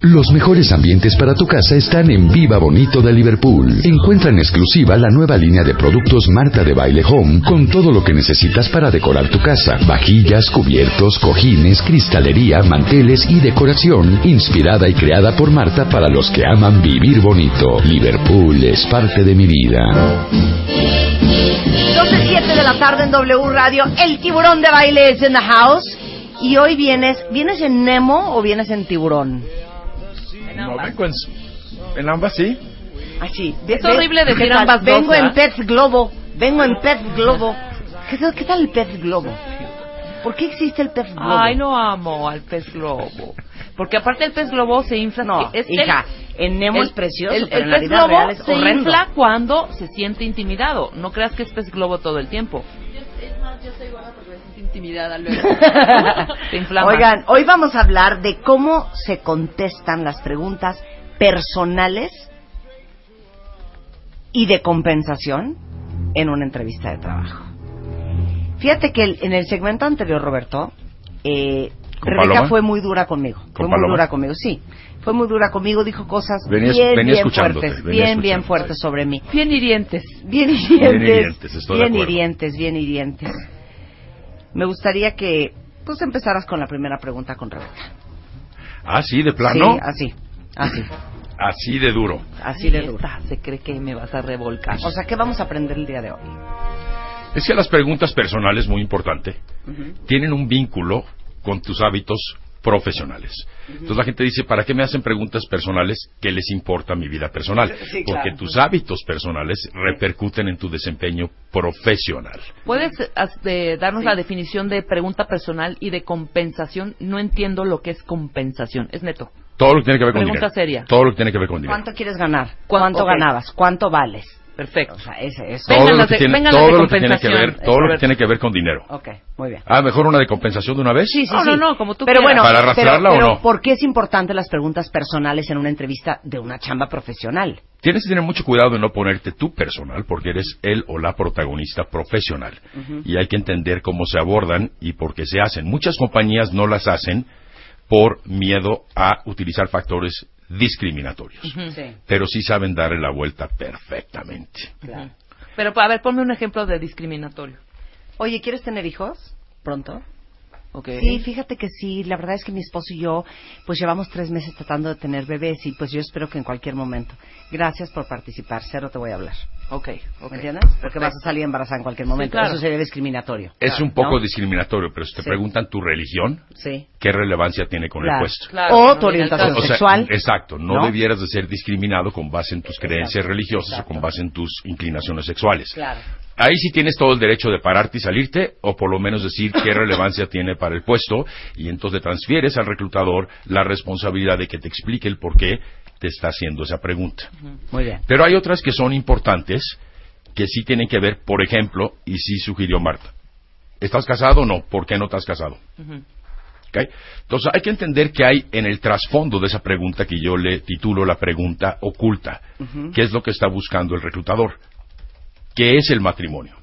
Los mejores ambientes para tu casa están en Viva Bonito de Liverpool. Encuentra en exclusiva la nueva línea de productos Marta de Baile Home con todo lo que necesitas para decorar tu casa. Vajillas, cubiertos, cojines, cristalería, manteles y decoración inspirada y creada por Marta para los que aman vivir bonito. Liverpool es parte de mi vida. 12.07 de la tarde en W Radio, el tiburón de baile es in the house. Y hoy vienes, ¿vienes en Nemo o vienes en tiburón? No, vengo en, en ambas sí. Así. Ah, Es horrible decir tal? ambas dos, Vengo en ¿verdad? pez globo, vengo en pez globo. ¿Qué, tal- qué tal el pez globo? ¿Por qué existe el pez globo? Ay, no amo al pez globo. Porque aparte el pez globo se infla. No, es el- hija, en Nemo el- es precioso, el, pero el en la pez vida globo real es se horrendo. infla cuando se siente intimidado. No creas que es pez globo todo el tiempo. intimidada luego. Se inflama. Oigan, hoy vamos a hablar de cómo se contestan las preguntas personales y de compensación en una entrevista de trabajo. Fíjate que el- en el segmento anterior, Roberto, eh, ¿Con Rebeca Paloma? fue muy dura conmigo. Fue ¿Con muy Paloma? dura conmigo, sí. Fue muy dura conmigo, dijo cosas Venía- bien, venía bien escuchándote, fuertes, venía bien, bien escuchándote. fuertes sobre mí. Bien hirientes. Bien hirientes. Bien hirientes, estoy de bien acuerdo. hirientes, bien hirientes. Me gustaría que pues empezaras con la primera pregunta con Rebeca. Ah, sí, de plano. Sí, así, así, Así de duro. así de duro. Esta se cree que me vas a revolcar. O sea, ¿qué vamos a aprender el día de hoy? Es que las preguntas personales, muy importante, tienen un vínculo con tus hábitos profesionales. Entonces la gente dice, ¿para qué me hacen preguntas personales? ¿Qué les importa mi vida personal? Sí, claro. Porque tus hábitos personales repercuten en tu desempeño profesional. ¿Puedes as- de, darnos la definición de pregunta personal y de compensación? No entiendo lo que es compensación. Es neto. Todo lo que tiene que ver con Pregunta dinero. seria. Todo lo que tiene que ver con dinero. ¿Cuánto quieres ganar? ¿Cuán- ¿Cuánto ok. ganabas? ¿Cuánto vales? Perfecto. O sea, ese, eso. Vengan Todo lo las que de- tiene, vengan las todo de lo que tiene que compensación, ver, todo lo que Roberto. tiene que ver con dinero. Ok, muy bien. Ah, mejor una de compensación de una vez. Sí, sí, No, sí. no, no, como tú pero quieras. bueno, ¿Para pero- arrastrarla o pero no? ¿Por qué es importante las preguntas personales en una entrevista de una chamba profesional? Tienes que tener mucho cuidado de no ponerte tú personal porque eres el o la protagonista profesional. Y hay que entender cómo se abordan y por qué se hacen. Muchas compañías no las hacen por miedo a utilizar factores discriminatorios. Sí, Pero sí saben darle la vuelta perfectamente. claro. Pero a ver, ponme un ejemplo de discriminatorio. Oye, ¿quieres tener hijos? ¿Pronto? Ok. Sí, fíjate que sí. La verdad es que mi esposo y yo, pues llevamos tres meses tratando de tener bebés y pues yo espero que en cualquier momento. Gracias por participar. Cero te voy a hablar. Ok. ¿Me ok. entiendes? Porque vas a salir embarazada en cualquier momento. claro. Eso sería discriminatorio. Es un poco ¿no? discriminatorio, pero si te Sí. preguntan tu religión, Sí. ¿qué relevancia tiene con el Claro. puesto? Claro, o no tu viene al orientación caso. O sea, sexual. exacto, no, ¿no? debieras de ser discriminado con base en tus creencias religiosas o con base en tus inclinaciones sexuales. Claro. Ahí sí tienes todo el derecho de pararte y salirte, o por lo menos decir qué relevancia tiene para el puesto, y entonces le transfieres al reclutador la responsabilidad de que te explique el por qué te está haciendo esa pregunta. Muy bien. Pero hay otras que son importantes, que sí tienen que ver, por ejemplo, y sí sugirió Marta. ¿Estás casado o no? ¿Por qué no estás casado? Ujú. ¿Ok? Entonces hay que entender que hay en el trasfondo de esa pregunta que yo le titulo la pregunta oculta, qué es lo que está buscando el reclutador, qué es el matrimonio,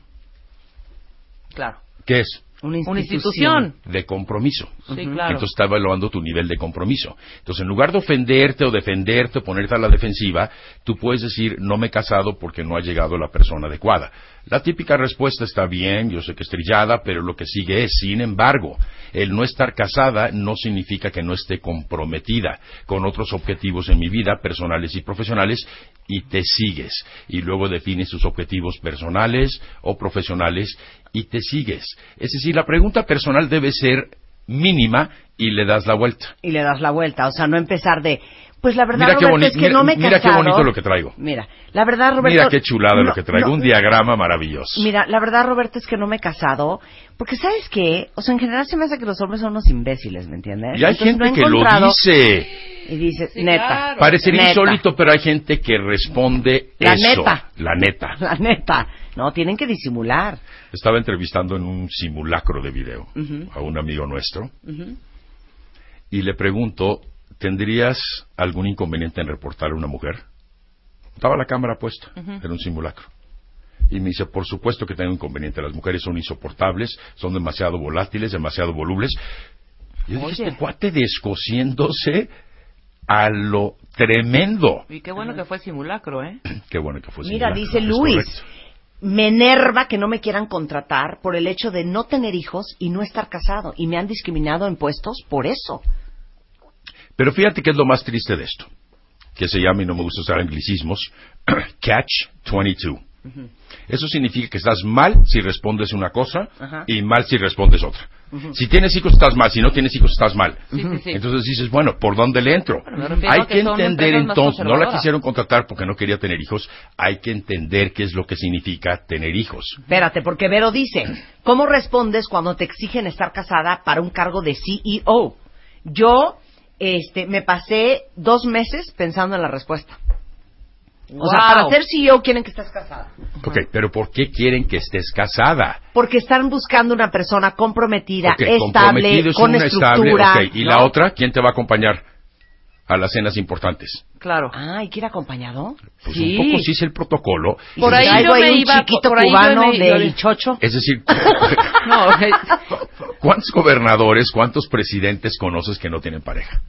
Claro. qué es Una Una institución. de compromiso. Sí, claro. Entonces está evaluando tu nivel de compromiso. Entonces, en lugar de ofenderte o defenderte o ponerte a la defensiva, tú puedes decir, no me he casado porque no ha llegado la persona adecuada. La típica respuesta está bien, yo sé que es trillada, pero lo que sigue es, sin embargo, el no estar casada no significa que no esté comprometida con otros objetivos en mi vida, personales y profesionales, y te sigues. Y luego defines tus objetivos personales o profesionales y te sigues. Es decir, la pregunta personal debe ser mínima y le das la vuelta. y le das la vuelta. O sea, no empezar de, pues la verdad, Mira qué Roberto, boni- es que mira- no me he mira qué casado. bonito lo que traigo. Mira, la verdad, Roberto... Mira qué chulada no, lo que traigo, no, un diagrama maravilloso. Mira, la verdad, Roberto, es que no me he casado. Porque, ¿sabes qué? O sea, en general se me hace que los hombres son unos imbéciles, ¿me entiendes? y hay Entonces, no gente he que lo encontrado- dice. Y dices, Sí, neta. claro. Parece neta, insólito, pero hay gente que responde La eso. neta. La neta. La neta. No, tienen que disimular. Estaba entrevistando en un simulacro de video a un amigo nuestro y le pregunto, ¿tendrías algún inconveniente en reportar a una mujer? Estaba la cámara puesta, era un simulacro. Y me dice, por supuesto que tengo inconveniente, las mujeres son insoportables, son demasiado volátiles, demasiado volubles. Yo dije, Oye. este cuate descosiéndose a lo tremendo. Y qué bueno que fue simulacro, ¿eh? Qué bueno que fue Mira, simulacro, dice es Luis, correcto. me enerva que no me quieran contratar por el hecho de no tener hijos y no estar casado. Y me han discriminado en puestos por eso. Pero fíjate que es lo más triste de esto, que se llama, y no me gusta usar anglicismos, catch 22. Eso significa que estás mal si respondes una cosa Ajá. y mal si respondes otra. Si tienes hijos estás mal, si no tienes hijos estás mal. Sí, sí, sí. Entonces dices, bueno, ¿por dónde le entro? Bueno, me refiero hay a que que son entender empresas más entonces, no la conservadoras. quisieron contratar porque no quería tener hijos, hay que entender qué es lo que significa tener hijos. Espérate, porque Vero dice, ¿cómo respondes cuando te exigen estar casada para un cargo de CEO? Yo este, me pasé dos meses pensando en la respuesta. O sea, para Wow. ser CEO quieren que estés casada. Ok, pero ¿por qué quieren que estés casada? Porque están buscando una persona comprometida, Ok, comprometido estable, es con una estable, estructura. ok. ¿Y la ¿no? otra? ¿Quién te va a acompañar a las cenas importantes? Claro. Ah, ¿y quiere acompañado? Pues Sí. un poco sí es el protocolo. Por ahí Traigo yo me un iba- chiquito por ahí yo cubano me- yo de le- Ichocho. Es decir, No, ok. ¿cuántos gobernadores, cuántos presidentes conoces que no tienen pareja?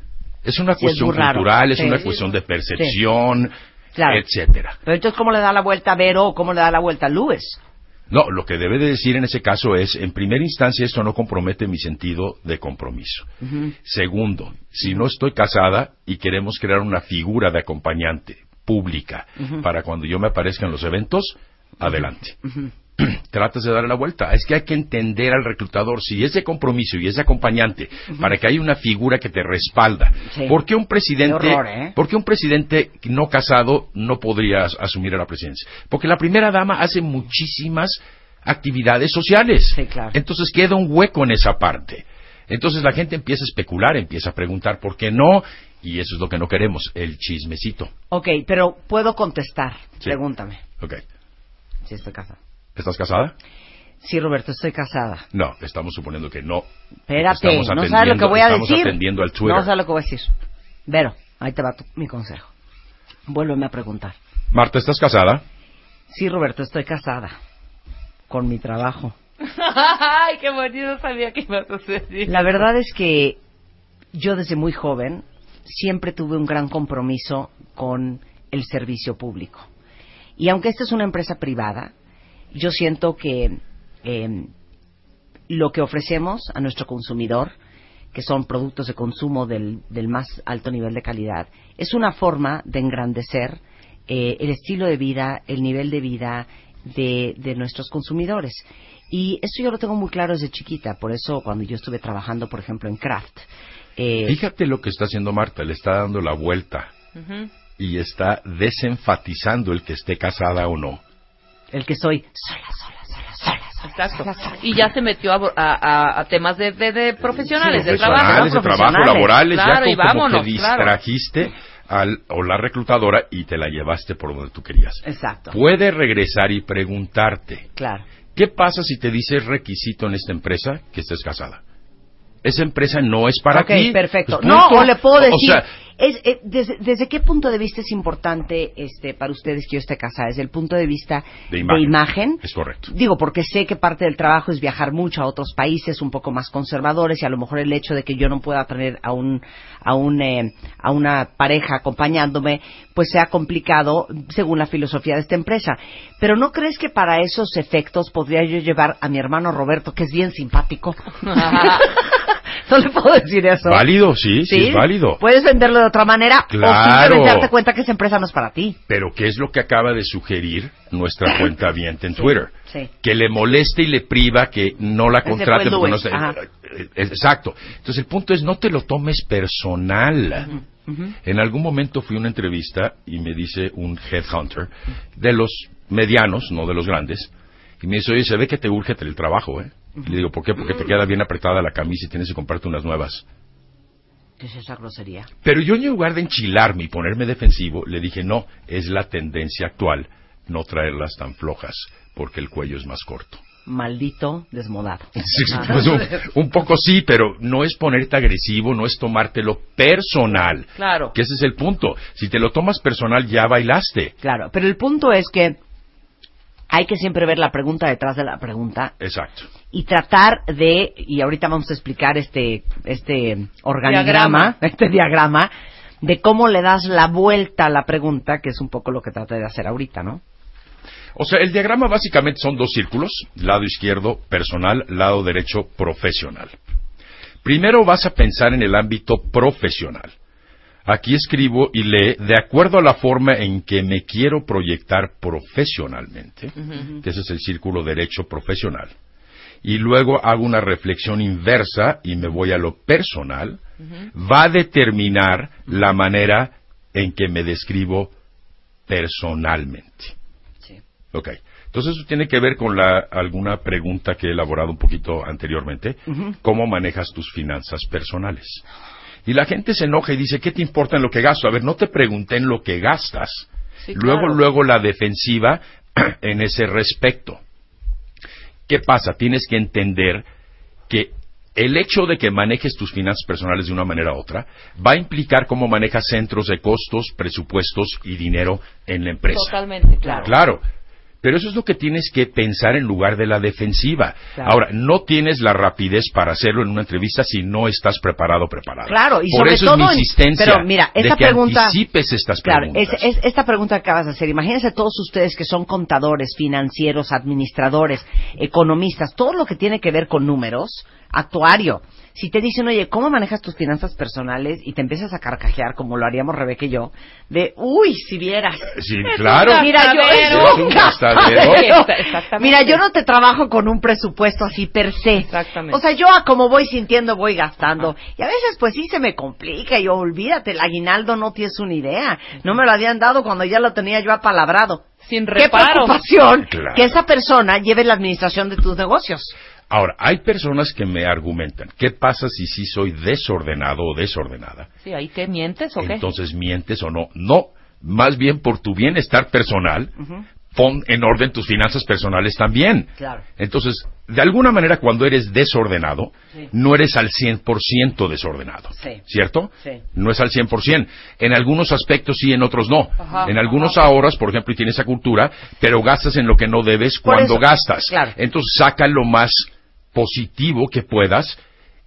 Es una Sí, es cuestión muy raro. cultural, es Sí. una cuestión de percepción, Claro. etcétera. Pero entonces, ¿cómo le da la vuelta a Vero o cómo le da la vuelta a Luis? No, lo que debe de decir en ese caso es, en primera instancia, esto no compromete mi sentido de compromiso. Segundo, si no estoy casada y queremos crear una figura de acompañante pública para cuando yo me aparezca en los eventos, adelante. Tratas de darle la vuelta. Es que hay que entender al reclutador si es de compromiso y es de acompañante para que haya una figura que te respalda. Sí. ¿Por qué un presidente, Qué horror, ¿eh? por qué un presidente no casado no podría as- asumir a la presidencia? Porque la primera dama hace muchísimas actividades sociales. Sí, claro. Entonces queda un hueco en esa parte. Entonces la gente empieza a especular, empieza a preguntar por qué no, y eso es lo que no queremos, el chismecito. Ok, pero puedo contestar. Sí. Pregúntame Ok. si estoy casada. ¿Estás casada? Sí, Roberto, estoy casada. No, estamos suponiendo que no. Espérate, Estamos no sabes lo que atendiendo- voy a estamos decir. atendiendo al Twitter. No sabes lo que voy a decir. Vero, ahí te va tu- mi consejo. Vuélveme a preguntar. Marta, ¿estás casada? Sí, Roberto, estoy casada. Con mi trabajo. Ay, qué bonito, sabía que iba a suceder. La verdad es que yo desde muy joven siempre tuve un gran compromiso con el servicio público. Y aunque esta es una empresa privada, yo siento que eh, lo que ofrecemos a nuestro consumidor, que son productos de consumo del, del más alto nivel de calidad, es una forma de engrandecer eh, el estilo de vida, el nivel de vida de, de nuestros consumidores. Y eso yo lo tengo muy claro desde chiquita, por eso cuando yo estuve trabajando, por ejemplo, en Kraft, eh, Fíjate lo que está haciendo Marta, le está dando la vuelta Ujú. y está desenfatizando el que esté casada o no. el que soy sola, sola, sola, sola, sola. Exacto. Y ya se metió a, bo- a- a- a temas de, de- de profesionales, de trabajo. Profesionales, ¿no? de trabajo, Profesionales. laborales, Claro, y ya como- como, vámonos, que claro. distrajiste al, o la reclutadora y te la llevaste por donde tú querías. Exacto. Puede regresar y preguntarte, Claro. ¿qué pasa si te dice requisito en esta empresa que estés casada? Esa empresa no es para ok, ti. perfecto. pues no, punto. o le puedo O- o decir. sea, es- eh, desde, desde qué punto de vista es importante este, para ustedes que yo esté casada? ¿Desde el punto de vista de imagen. De imagen Es correcto. Digo, porque sé que parte del trabajo es viajar mucho a otros países un poco más conservadores y a lo mejor el hecho de que yo no pueda tener a un a un eh, a una pareja acompañándome, pues sea complicado según la filosofía de esta empresa. Pero ¿no crees que para esos efectos podría yo llevar a mi hermano Roberto, que es bien simpático? no le puedo decir eso. Válido, sí, sí, es válido. Puedes venderlo de otra manera Claro. o simplemente darte cuenta que esa empresa no es para ti. Pero ¿qué es lo que acaba de sugerir nuestra cuenta viente en Twitter? Sí. Que le moleste y le priva que no la Ese contraten. fue porque no Luis, se- ajá. eh, eh, Exacto. Entonces el punto es no te lo tomes personal. En algún momento fui a una entrevista y me dice un headhunter de los medianos, no de los grandes, y me dice, oye, se ve que te urge el trabajo, ¿eh? Y le digo, ¿por qué? Porque te queda bien apretada la camisa y tienes que comprarte unas nuevas. ¿Qué es esa grosería? Pero yo en lugar de enchilarme y ponerme defensivo, le dije, no, es la tendencia actual no traerlas tan flojas, porque el cuello es más corto. Maldito desmodado. Sí, pues, un, un poco sí, pero no es ponerte agresivo, no es tomártelo personal. Claro. Que ese es el punto. Si te lo tomas personal, ya bailaste. Claro, pero el punto es que hay que siempre ver la pregunta detrás de la pregunta Exacto. y tratar de, y ahorita vamos a explicar este, este organigrama, Diagrama. este diagrama, de cómo le das la vuelta a la pregunta, que es un poco lo que traté de hacer ahorita, ¿no? O sea, el diagrama básicamente son dos círculos, lado izquierdo personal, lado derecho profesional. Primero vas a pensar en el ámbito profesional. Aquí escribo y lee de acuerdo a la forma en que me quiero proyectar profesionalmente, que ese es el círculo derecho profesional. Y luego hago una reflexión inversa y me voy a lo personal, va a determinar la manera en que me describo personalmente. Ok. Entonces eso tiene que ver con la, alguna pregunta que he elaborado un poquito anteriormente. ¿Cómo manejas tus finanzas personales? Y la gente se enoja y dice, ¿qué te importa en lo que gasto? A ver, no te pregunté en lo que gastas. Sí, luego, claro. luego la defensiva en ese respecto. ¿Qué pasa? Tienes que entender que el hecho de que manejes tus finanzas personales de una manera u otra va a implicar cómo manejas centros de costos, presupuestos y dinero en la empresa. Totalmente, claro. Claro. Pero eso es lo que tienes que pensar en lugar de la defensiva. Claro. Ahora, no tienes la rapidez para hacerlo en una entrevista si no estás preparado o preparada. Claro, y Por sobre eso todo es mi en- insistencia pero mira, de esa que pregunta- anticipes estas Claro, es, preguntas. es- esta pregunta que acabas de hacer, imagínense todos ustedes que son contadores, financieros, administradores, economistas, todo lo que tiene que ver con números, actuario. Si te dicen, oye, ¿cómo manejas tus finanzas personales? Y te empiezas a carcajear, como lo haríamos Rebeca y yo, de, uy, si vieras. Sí, claro. Mira, yo Es un nunca. gastadero. Exacta- exactamente. Mira, yo no te trabajo con un presupuesto así per se. Exactamente. O sea, yo a como voy sintiendo voy gastando. Y a veces pues sí se me complica. Yo olvídate, el aguinaldo no tienes una idea. No me lo habían dado cuando ya lo tenía yo apalabrado. Sin Qué reparo. preocupación Claro. que esa persona lleve la administración de tus negocios. Ahora, hay personas que me argumentan, ¿qué pasa si sí soy desordenado o desordenada? Sí, ahí que mientes o qué. Entonces, ¿mientes o no? No, más bien por tu bienestar personal, pon en orden tus finanzas personales también. Claro. Entonces, de alguna manera, cuando eres desordenado, no eres al 100% desordenado. Sí. ¿Cierto? Sí. No es al 100%. En algunos aspectos sí, en otros no. Ajá, en algunos ajá. ahorras, por ejemplo, y tienes esa cultura, pero gastas en lo que no debes Por cuando eso, gastas. claro. Entonces, saca lo más positivo que puedas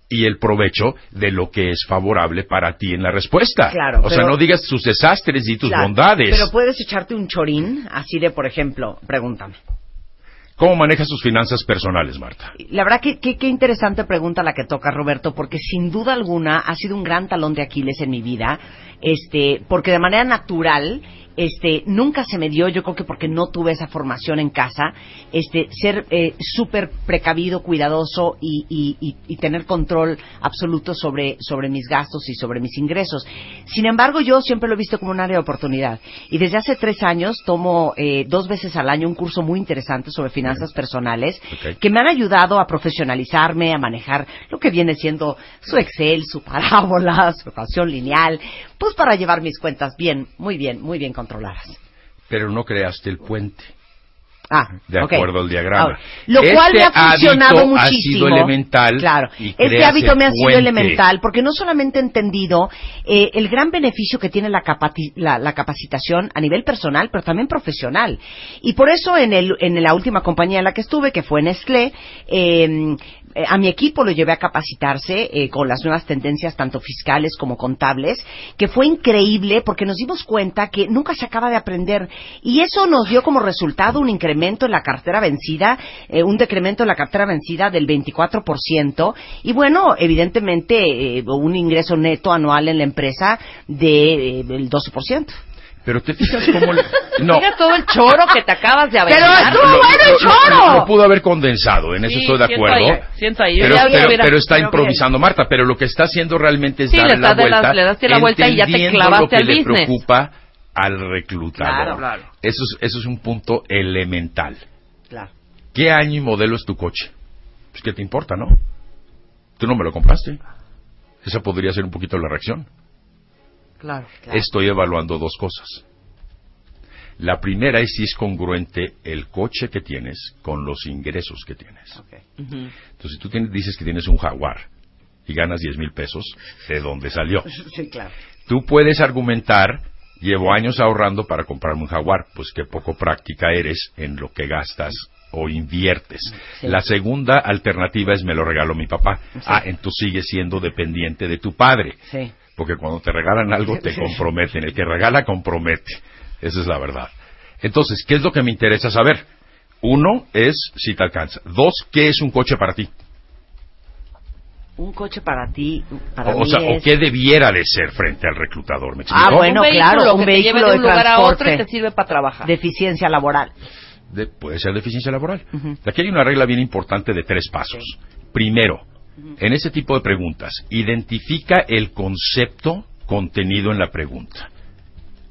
y el provecho de lo que es favorable para ti en la respuesta. Claro, o sea, pero- no digas tus desastres y tus Claro. bondades. Pero pues- puedes echarte un chorín así de, por ejemplo, pregúntame. ¿Cómo manejas tus finanzas personales, Marta? La verdad que que- qué interesante pregunta la que toca Roberto, porque sin duda alguna ha sido un gran talón de Aquiles en mi vida, este, porque de manera natural, este, nunca se me dio, yo creo que porque no tuve esa formación en casa, este, ser eh, súper precavido, cuidadoso y, y- y- y tener control absoluto sobre, sobre mis gastos y sobre mis ingresos. Sin embargo, yo siempre lo he visto como un área de oportunidad. Y desde hace tres años tomo eh, dos veces al año un curso muy interesante sobre finanzas personales Ok. eh, que me han ayudado a profesionalizarme, a manejar lo que viene siendo su Excel, su parábola, su ecuación lineal, pues para llevar mis cuentas bien, muy bien, muy bien controladas. Pero no creaste el puente. Ah, De ok. acuerdo al diagrama. Ahora, lo cual Este me ha funcionado hábito ha muchísimo. sido elemental Claro, y este creas hábito el me ha sido puente. elemental porque no solamente he entendido eh, el gran beneficio que tiene la, capati- la- la capacitación a nivel personal, pero también profesional. Y por eso en, el- en la última compañía en la que estuve, que fue Nestlé, eh, eh, a mi equipo lo llevé a capacitarse eh, con las nuevas tendencias tanto fiscales como contables, que fue increíble porque nos dimos cuenta que nunca se acaba de aprender y eso nos dio como resultado un incremento en la cartera vencida, eh, un decremento en la cartera vencida del 24% y bueno, evidentemente eh, un ingreso neto anual en la empresa de, eh, del 12%. Pero te fijas cómo... el- No, Mira todo el choro que te acabas de Pero aventar. estuvo bueno el lo, choro. pudo haber condensado, en eso Sí, estoy de siento acuerdo. ahí, siento ahí, yo pero, ya pero- hubiera- pero está pero bien. improvisando Marta, pero lo que está haciendo realmente es Sí, darle le la estás de vuelta. las- le das la vuelta y ya te entendiendo clavaste lo que al le business. preocupa al reclutador. Claro, claro. Eso es, eso es un punto elemental. Claro. ¿Qué año y modelo es tu coche? Pues qué te importa, ¿no? Tú no me lo compraste. Esa podría ser un poquito la reacción. Claro, Estoy evaluando dos cosas. La primera es si es congruente el coche que tienes con los ingresos que tienes. Ujú. Entonces, si tú tienes- dices que tienes un jaguar y ganas 10 mil pesos, ¿de dónde salió? Sí, claro. Tú puedes argumentar, llevo años ahorrando para comprarme un jaguar, pues qué poco práctica eres en lo que gastas o inviertes. La segunda alternativa es me lo regaló mi papá. Ah, entonces sigues siendo dependiente de tu padre. Sí. Porque cuando te regalan algo te comprometen. El que regala compromete. Esa es la verdad. Entonces, ¿qué es lo que me interesa saber? Uno es si te alcanza. Dos, ¿qué es un coche para ti? Un coche para ti, para o, mí o sea, es... ¿o qué debiera de ser frente al reclutador? ¿Me explico? Ah, bueno, claro, un que te vehículo lleve de de un lugar a otro y transporte. te sirve para trabajar. de eficiencia laboral. de- puede ser deficiencia laboral. Ah. Ujú. Aquí hay una regla bien importante de tres pasos. Primero, en ese tipo de preguntas, identifica el concepto contenido en la pregunta.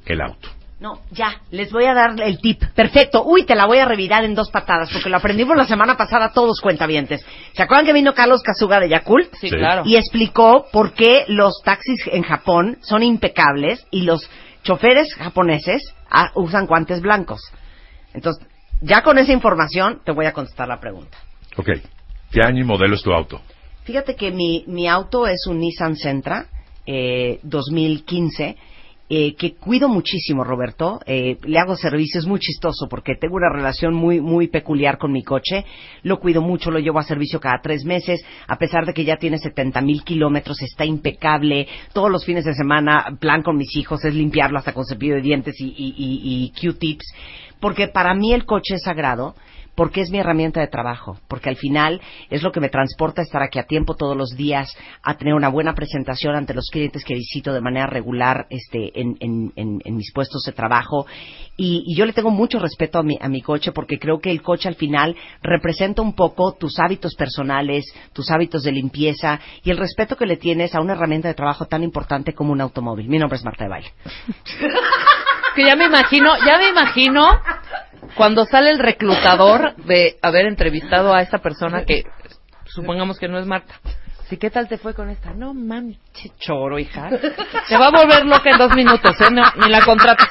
El auto. No, ya, les voy a dar el tip. Perfecto. Uy, te la voy a revirar en dos patadas, porque lo aprendimos la semana pasada todos cuentavientes. ¿Se acuerdan que vino Carlos Kazuga de Yakult? Sí, Sí. claro. Y explicó por qué los taxis en Japón son impecables y los choferes japoneses ah, usan guantes blancos. Entonces, ya con esa información te voy a contestar la pregunta. Ok. ¿Qué año y modelo es tu auto? Fíjate que mi, mi auto es un Nissan Sentra eh, 2015. eh, que cuido muchísimo, Roberto. eh, le hago servicio, es muy chistoso porque tengo una relación muy, muy peculiar con mi coche. Lo cuido mucho, lo llevo a servicio cada tres meses. A pesar de que ya tiene 70 mil kilómetros, está impecable. Todos los fines de semana, plan con mis hijos es limpiarlo hasta con cepillo de dientes y, y- y- y Q-tips. Porque para mí el coche es sagrado porque es mi herramienta de trabajo, porque al final es lo que me transporta a estar aquí a tiempo todos los días, a tener una buena presentación ante los clientes que visito de manera regular este, en, en- en- en mis puestos de trabajo. Y, y yo le tengo mucho respeto a mi, a mi coche porque creo que el coche al final representa un poco tus hábitos personales, tus hábitos de limpieza y el respeto que le tienes a una herramienta de trabajo tan importante como un automóvil. Mi nombre es Marta de Baile. Que ya me imagino, ya me imagino cuando sale el reclutador de haber entrevistado a esta persona que supongamos que no es Marta. Sí, ¿qué tal te fue con esta? No mami, che choro, hija. Se va a volver loca en dos minutos, ¿eh? No, ni la contratas.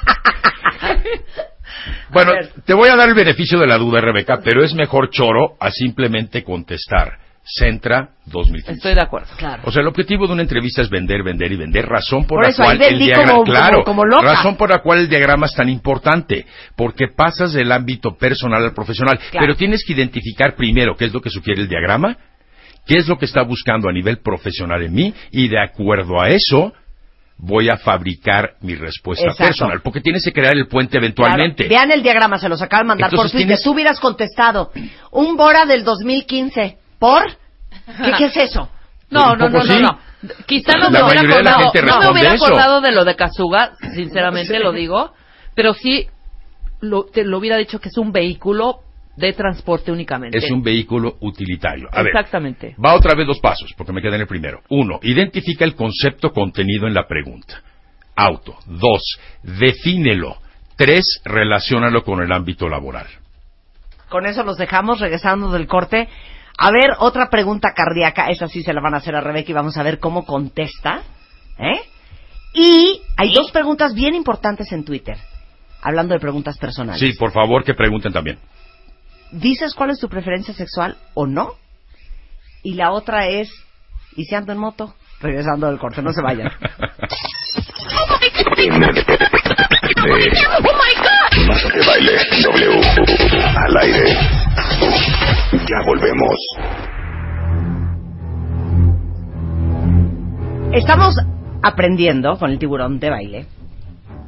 Bueno, A ver. te voy a dar el beneficio de la duda, Rebeca, pero es mejor choro a simplemente contestar. Centra 2015. Estoy de acuerdo. Claro. O sea, el objetivo de una entrevista es vender, vender y vender. Razón por, Por la eso, cual ahí el vendí diagrama, como- claro, como- como loca. razón por la cual el diagrama es tan importante, porque pasas del ámbito personal al profesional, Claro. pero tienes que identificar primero qué es lo que sugiere el diagrama, qué es lo que está buscando a nivel profesional en mí y de acuerdo a eso voy a fabricar mi respuesta Exacto. personal, porque tienes que crear el puente eventualmente. Claro. Vean el diagrama, se los acaban de mandar por Entonces Twitter. tienes- Tú hubieras contestado, un Bora del 2015, ¿por? ¿Qué, qué es eso? No, Un no, no, poco no, sí. no. Quizá no La me hubiera mayoría de la acordado, gente no me responde hubiera eso. acordado de lo de Kazuga, sinceramente lo digo, pero sí lo, te lo hubiera dicho que es un vehículo de transporte únicamente. Es un vehículo utilitario. A ver, Exactamente. Va otra vez dos pasos, porque me quedé en el primero. Uno, identifica el concepto contenido en la pregunta. Auto. Dos, defínelo. Tres, relaciónalo con el ámbito laboral. Con eso los dejamos, regresando del corte. A ver, otra pregunta cardíaca, esa sí se la van a hacer a Rebeca y vamos a ver cómo contesta. ¿Eh? Y hay dos preguntas bien importantes en Twitter, hablando de preguntas personales. Sí, por favor, que pregunten también. ¿Dices cuál es tu preferencia sexual o no? Y la otra es, ¿y si ando en moto? Regresando del corte, no se vayan. Marta de Baile W al aire. Ya volvemos. Estamos aprendiendo con el tiburón de baile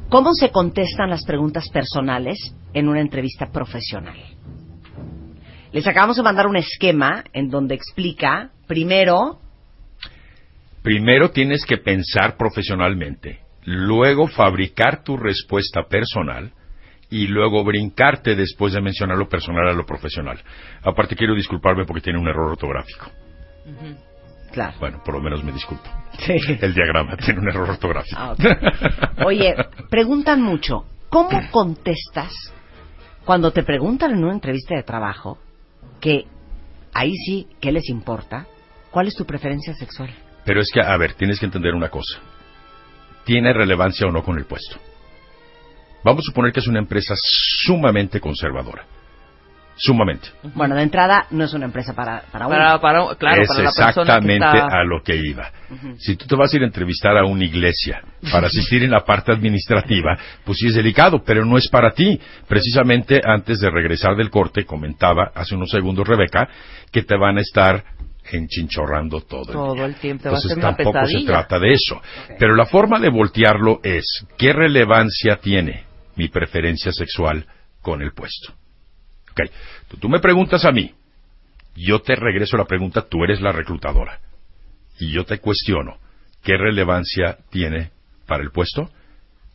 cómo se contestan las preguntas personales en una entrevista profesional. Les acabamos de mandar un esquema en donde explica primero Primero tienes que pensar profesionalmente, luego fabricar tu respuesta personal y luego brincarte después de mencionar lo personal a lo profesional. Aparte quiero disculparme porque tiene un error ortográfico. Claro. Bueno, por lo menos me disculpo. Sí. El diagrama tiene un error ortográfico. Ah, ok. Oye, preguntan mucho, ¿cómo contestas cuando te preguntan en una entrevista de trabajo que ahí sí, ¿qué les importa? ¿Cuál es tu preferencia sexual? Pero es que, a ver, tienes que entender una cosa. ¿Tiene relevancia o no con el puesto? Vamos a suponer que es una empresa sumamente conservadora. Sumamente. Bueno, de entrada no es una empresa para, para uno. Para, para, claro, es para la persona que exactamente está... a lo que iba. Si tú te vas a ir a entrevistar a una iglesia para asistir en la parte administrativa, pues sí es delicado, pero no es para ti. Precisamente antes de regresar del corte, comentaba hace unos segundos Rebeca que te van a estar enchinchorrando todo. Todo el tiempo, te va a Entonces hacer una tampoco se pesadilla. trata de eso. Pero la forma de voltearlo es, ¿qué relevancia tiene mi preferencia sexual con el puesto? Ok, tú, tú me preguntas a mí, yo te regreso la pregunta, tú eres la reclutadora. Y yo te cuestiono, ¿qué relevancia tiene para el puesto?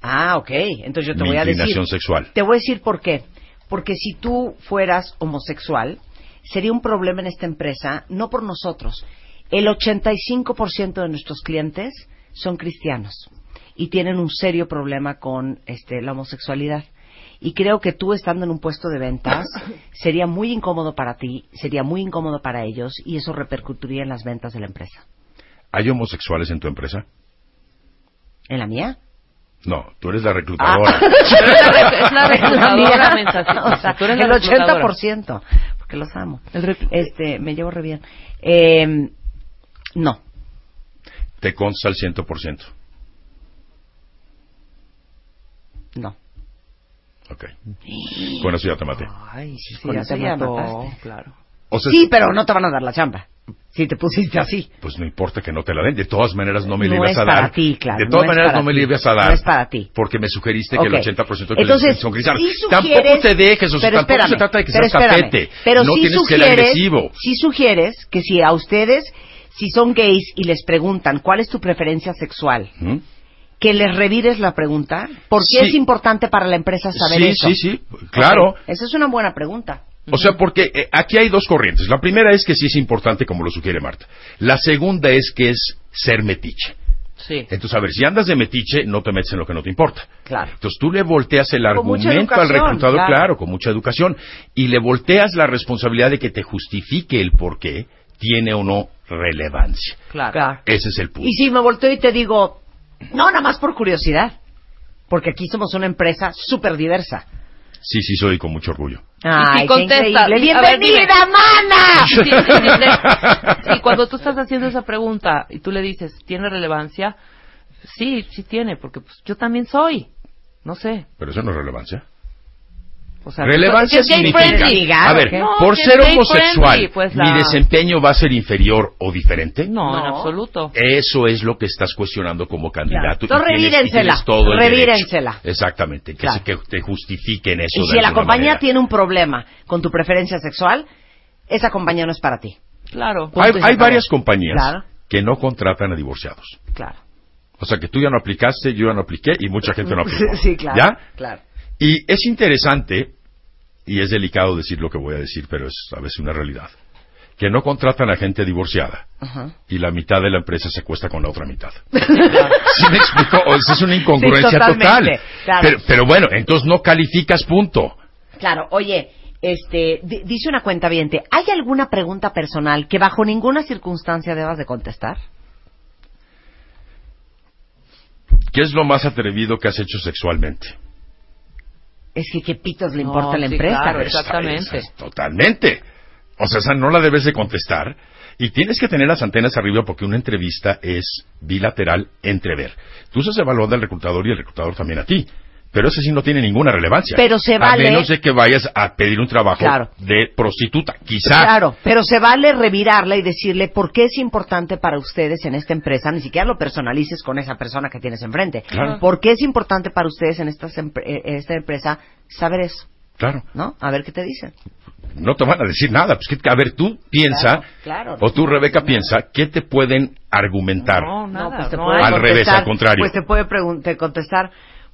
Ah, ok. Entonces yo te Mi voy a decir. inclinación sexual. Te voy a decir por qué. Porque si tú fueras homosexual, sería un problema en esta empresa, no por nosotros. El 85% de nuestros clientes son cristianos y tienen un serio problema con este, la homosexualidad. Y creo que tú estando en un puesto de ventas sería muy incómodo para ti, sería muy incómodo para ellos y eso repercutiría en las ventas de la empresa. ¿Hay homosexuales en tu empresa? ¿En la mía? No, tú eres la reclutadora. Ah. Es la reclutadora, mensajito. O sea, Tú eres la el reclutadora. 80%, porque los amo. El reclu- Este, me llevo re bien. Eh, no, Te consta al 100%. no. Ok. Con eso ya te maté. Ay, sí, sí, Con ya eso te ya mató, mataste. claro. O sea, Sí, pero no te van a dar la chamba. Si te pusiste así. Pues no importa que no te la den. De todas maneras no me No la ibas es a dar. para ti, claro, De todas no es maneras para no me ti. la ibas a dar. No es para ti. Porque me sugeriste Ok. que el 80% de que Entonces, son cristianos. sí sugieres- tampoco te dejes, o sea, pero tampoco espérame, se trata de que pero seas espérame. tapete. Pero no sí tienes que ser sugieres- agresivo. Sí sugieres que si a ustedes, si son gays y les preguntan cuál es tu preferencia sexual, ¿Mm? que les revires la pregunta, porque Sí. es importante para la empresa saber Sí, eso. sí, sí, claro. Ok, Esa es una buena pregunta. O sea, porque eh, aquí hay dos corrientes. La primera es que sí es importante, como lo sugiere Marta. La segunda es que es ser metiche. Sí. Entonces, a ver, si andas de metiche, no te metes en lo que no te importa. Claro. Entonces tú le volteas el Con mucha argumento al educación, reclutador, claro. claro. con mucha educación, y le volteas la responsabilidad de que te justifique el por qué tiene o no relevancia. Claro. Claro. Ese es el punto. Y si me volteo y te digo, no, nada más por curiosidad, porque aquí somos una empresa súper diversa. Sí, sí, soy con mucho orgullo. Ay, qué contesta, increíble. a ver, dime. ¡Bienvenida, mana! Ah, Sí, sí, sí. Y cuando tú estás haciendo esa pregunta y tú le dices, ¿tiene relevancia? Sí, sí tiene, porque pues, yo también soy. No sé. Pero eso no es relevancia. O sea, relevancia es gay significa, friendly. a ver, No, por que ser es gay homosexual, friendly, pues, mi la- desempeño va a ser inferior o diferente. No, en No. absoluto. Eh, Eso es lo que estás cuestionando como candidato. Claro. y tienes- y Revírensela. tienes todo el derecho. Revírensela. Exactamente. Que, Claro. se- que te justifiquen eso. Y de si la alguna compañía manera. tiene un problema con tu preferencia sexual, esa compañía no es para ti. Claro. Hay, Punto y se hay acabó. varias compañías Claro. que no contratan a divorciados. Claro. O sea que tú ya no aplicaste, yo ya no apliqué y mucha gente no aplicó. Sí, claro. ¿Ya? Claro. Y es interesante, y es delicado decir lo que voy a decir, pero es a veces una realidad, que no contratan a gente divorciada Ajá. y la mitad de la empresa se cuesta con la otra mitad. ¿Sí me explico? O sea, es una incongruencia Sí, totalmente, total. claro. Pero, pero bueno, entonces no calificas punto. Claro, oye, este, di- dice una cuenta viente, ¿hay alguna pregunta personal que bajo ninguna circunstancia debas de contestar? ¿Qué es lo más atrevido que has hecho sexualmente? Es que qué pitos le No, importa a la sí, empresa. claro. Esa- exactamente. esa- totalmente. O sea, esa no la debes de contestar. Y tienes que tener las antenas arriba porque una entrevista es bilateral entrever. Tú se evaluando al reclutador y el reclutador también a ti. Pero eso sí no tiene ninguna relevancia. Pero se vale- A menos de que vayas a pedir un trabajo Claro. de prostituta, quizá. Claro, pero se vale revirarla y decirle por qué es importante para ustedes en esta empresa, ni siquiera lo personalices con esa persona que tienes enfrente. Claro. ¿Por qué es importante para ustedes en, estas empre- eh, en esta empresa saber eso? Claro. ¿No? A ver qué te dicen. No te van a decir nada. Pues, que- a ver, tú piensa, Claro, claro. o tú, Rebeca, piensa, ¿qué te pueden argumentar? No, nada. no, pues te no puede hay. Al contestar- revés, al contrario. Pues te puede pregun- te contestar,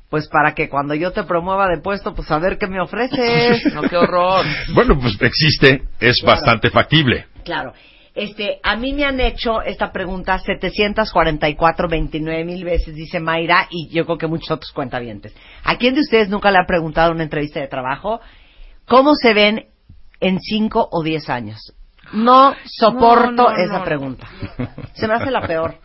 pues para que cuando yo te promueva de puesto, pues a ver qué me ofreces. No, qué horror. Bueno, pues existe, es bastante factible. Claro. Este, a mí me han hecho esta pregunta 744 29 mil veces, dice Mayra, y yo creo que muchos otros cuentavientes. ¿A quién de ustedes nunca le han preguntado en una entrevista de trabajo cómo se ven en 5 o 10 años? No soporto No, no, esa no. pregunta. Se me hace la peor.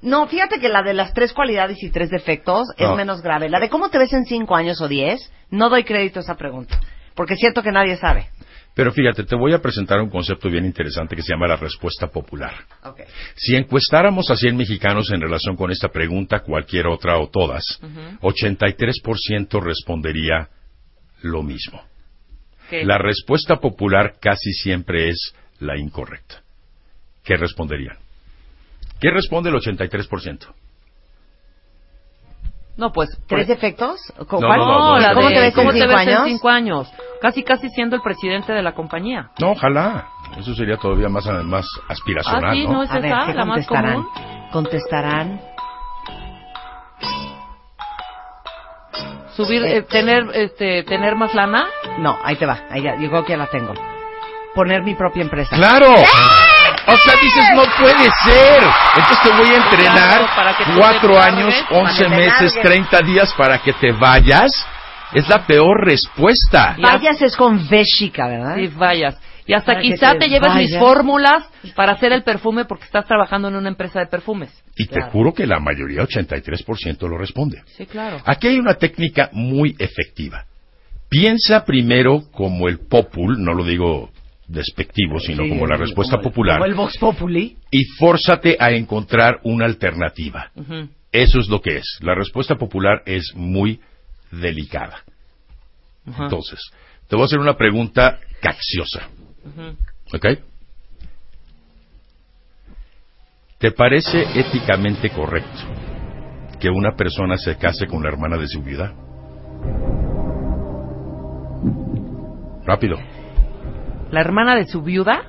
No, fíjate que la de las tres cualidades y tres defectos es No. menos grave. La de cómo te ves en 5 años o 10, no doy crédito a esa pregunta, porque siento que nadie sabe. Pero fíjate, te voy a presentar un concepto bien interesante que se llama la respuesta popular. Okay. Si encuestáramos a 100 mexicanos en relación con esta pregunta, cualquier otra o todas, 83% respondería lo mismo. ¿Qué? La respuesta popular casi siempre es la incorrecta. ¿qué responderían? ¿Qué responde el 83%? No, pues. ¿Tres pues- efectos? ¿Cu- No, cuál? no, No, la ¿Cómo de te ves en cinco años? cinco años? Casi, casi siendo el presidente de la compañía. No, ojalá. Eso sería todavía más, más aspiracional, Ah, sí, ¿no? no es- A ver, esa, ¿qué la más contestarán? común. Contestarán. Subir, eh, tener, este, tener más lana. No, ahí te va. Ahí ya, yo creo que ya la tengo. Poner mi propia empresa. ¡Claro! ¡Eh! O sea, dices, no puede ser. Entonces te voy a entrenar Claro, para que tú te cuatro largues, años, para que once te meses, largues. treinta días para que te vayas. Es la peor respuesta. Ya. Vayas es con V chica, ¿verdad? Sí, vayas. Y hasta Para que quizá te te, lleves mis vayas. fórmulas para hacer el perfume porque estás trabajando en una empresa de perfumes. Y te juro que la mayoría, 83%, lo responde. Sí, claro. Aquí hay una técnica muy efectiva. Piensa primero como el popul, no lo digo despectivo, sino Sí, como la el- respuesta como el- popular, Como el Vox Populi. y fórzate a encontrar una alternativa. Ujú. Eso es lo que es. La respuesta popular es muy delicada. Ajá. Entonces, te voy a hacer una pregunta capciosa. Ujú. ¿Ok? ¿Te parece éticamente correcto que una persona se case con la hermana de su viuda? Rápido, La hermana de su viuda.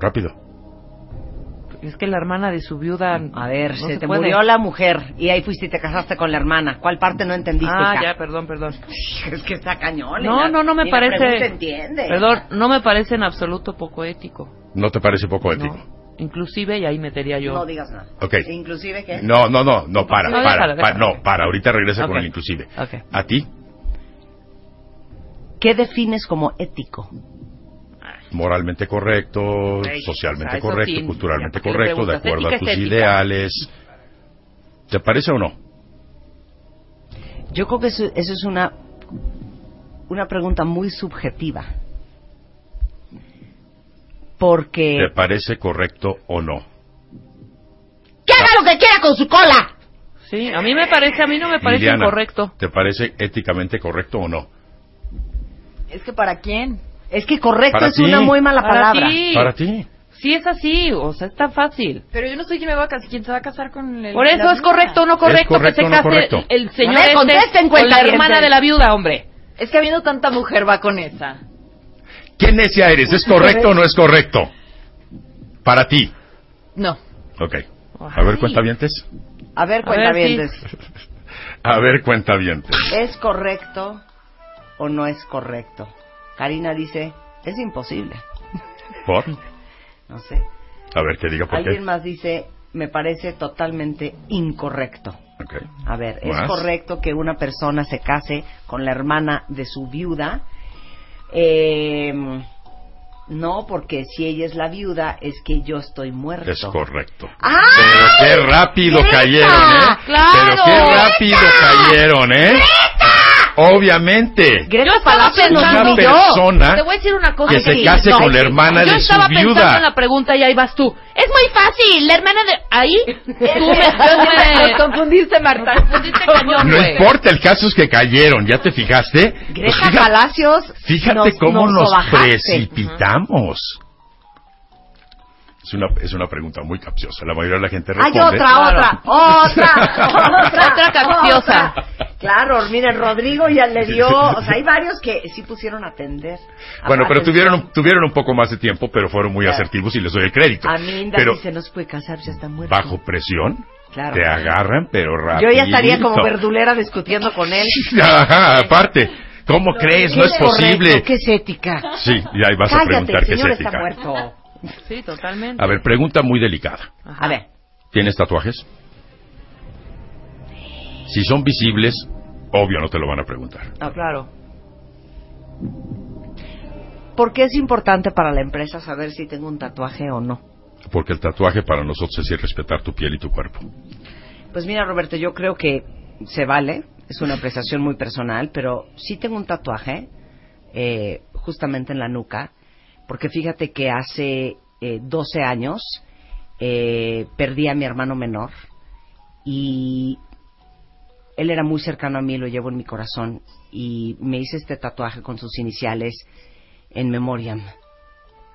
rápido. Es que la hermana de su viuda. A ver, no se, te puede. murió la mujer y ahí fuiste y te casaste con la hermana. ¿Cuál parte no entendiste? Ah, hija? ya, perdón, perdón. Es que está cañón. y No, la- no, no me y la pregunta parece. entiende. Perdón, no me parece en absoluto poco ético. ¿No te parece poco ¿no? ético? Inclusive, y ahí metería yo. No digas nada. Ok. Inclusive que... No, no, no, no, para, No, para, déjalo, pa- déjalo. no, para, ahorita regresa con Ok. el inclusive. Ok. ¿A ti? ¿Qué defines como ético? Moralmente correcto, Ey, socialmente o sea, eso correcto, sí, culturalmente ya, ¿para qué le correcto, de preguntas? acuerdo a Ética tus es ética. ideales. ¿Te parece o no? Yo creo que eso, eso es una, una pregunta muy subjetiva. Porque... ¿Te parece correcto o no? ¡Que haga lo que quiera con su cola! Sí, a mí me parece, a mí no me parece Liliana, incorrecto. ¿Te parece éticamente correcto o no? Es que para quién. Es que correcto Para es ti. una muy mala Para palabra. ti. Sí. Para ti. Sí, es así, o sea, es tan fácil. Pero yo no soy quien me va a casar, quien se va a casar con el. Por eso la es correcto o no Es correcto, correcto que o se no case correcto. el señor A ver, este contesten, con la cuentavientes. hermana de la viuda, hombre. viuda? Es que habiendo tanta mujer va con esa. ¿Qué necia eres? ¿Es correcto o no es correcto? Para ti. No. Ok. A ver, Ay. cuentavientes. A ver, A ver, cuentavientes. A ver, cuentavientes. ¿Es correcto o no es correcto? Karina dice, es imposible. ¿Por? No sé. A ver, que diga por qué. Alguien más dice, me parece totalmente incorrecto. Ok. A ver, ¿es ¿Más? correcto que una persona se case con la hermana de su viuda? Eh, no, porque si ella es la viuda, es que yo estoy muerto. Es correcto. ¡Ay! Pero qué rápido ¡Neta! cayeron, ¿eh? Pero ¡Claro! qué rápido cayeron, ¿eh? Obviamente. Greta Yo estaba Palacio nos pensando- Una humilló. persona Te voy a decir una cosa. que se sí, case no, con la sí. ¿Ah? hermana de Yo su estaba pensando en viuda. la pregunta y ahí vas tú. Es muy fácil, la hermana de... Ahí, tú me... Nos confundiste, Marta. confundiste cañón, Ah, No güey. importa, el caso es que cayeron, ¿ya te fijaste? Pues Greta fija- Palacios. Fíjate nos- cómo nos, sobajaste. precipitamos. Es una, es una pregunta muy capciosa. La mayoría de la gente Hay responde. otra, otra, otra, otra, Otra capciosa. Claro, miren, Rodrigo ya le dio, o sea, hay varios que sí pusieron a atender. Bueno, Ah, pero atención. tuvieron, tuvieron un poco más de tiempo, pero fueron muy Claro. asertivos y les doy el crédito. Aminda pero dice, no se puede casar, ya está muerto. bajo presión, Claro. te agarran, pero rápido. Yo ya estaría como verdulera discutiendo con él. Ajá, aparte. ¿Cómo crees? No es posible. ¿Qué es ética? Sí, y ahí vas a Cállate, preguntar el qué es señor está ética. muerto. Sí, totalmente. A ver, pregunta muy delicada. Ajá. A ver, ¿Tienes tatuajes? Si son visibles, obvio no te lo van a preguntar. Ah, claro. ¿por qué es importante para la empresa saber si tengo un tatuaje o no? Porque el tatuaje para nosotros es ir respetar tu piel y tu cuerpo. Pues mira, Roberto, yo creo que se vale, es una apreciación muy personal, pero sí tengo un tatuaje eh, justamente en la nuca, porque fíjate que hace eh, 12 años eh, perdí a mi hermano menor y él era muy cercano a mí, lo llevo en mi corazón y me hice este tatuaje con sus iniciales en memoriam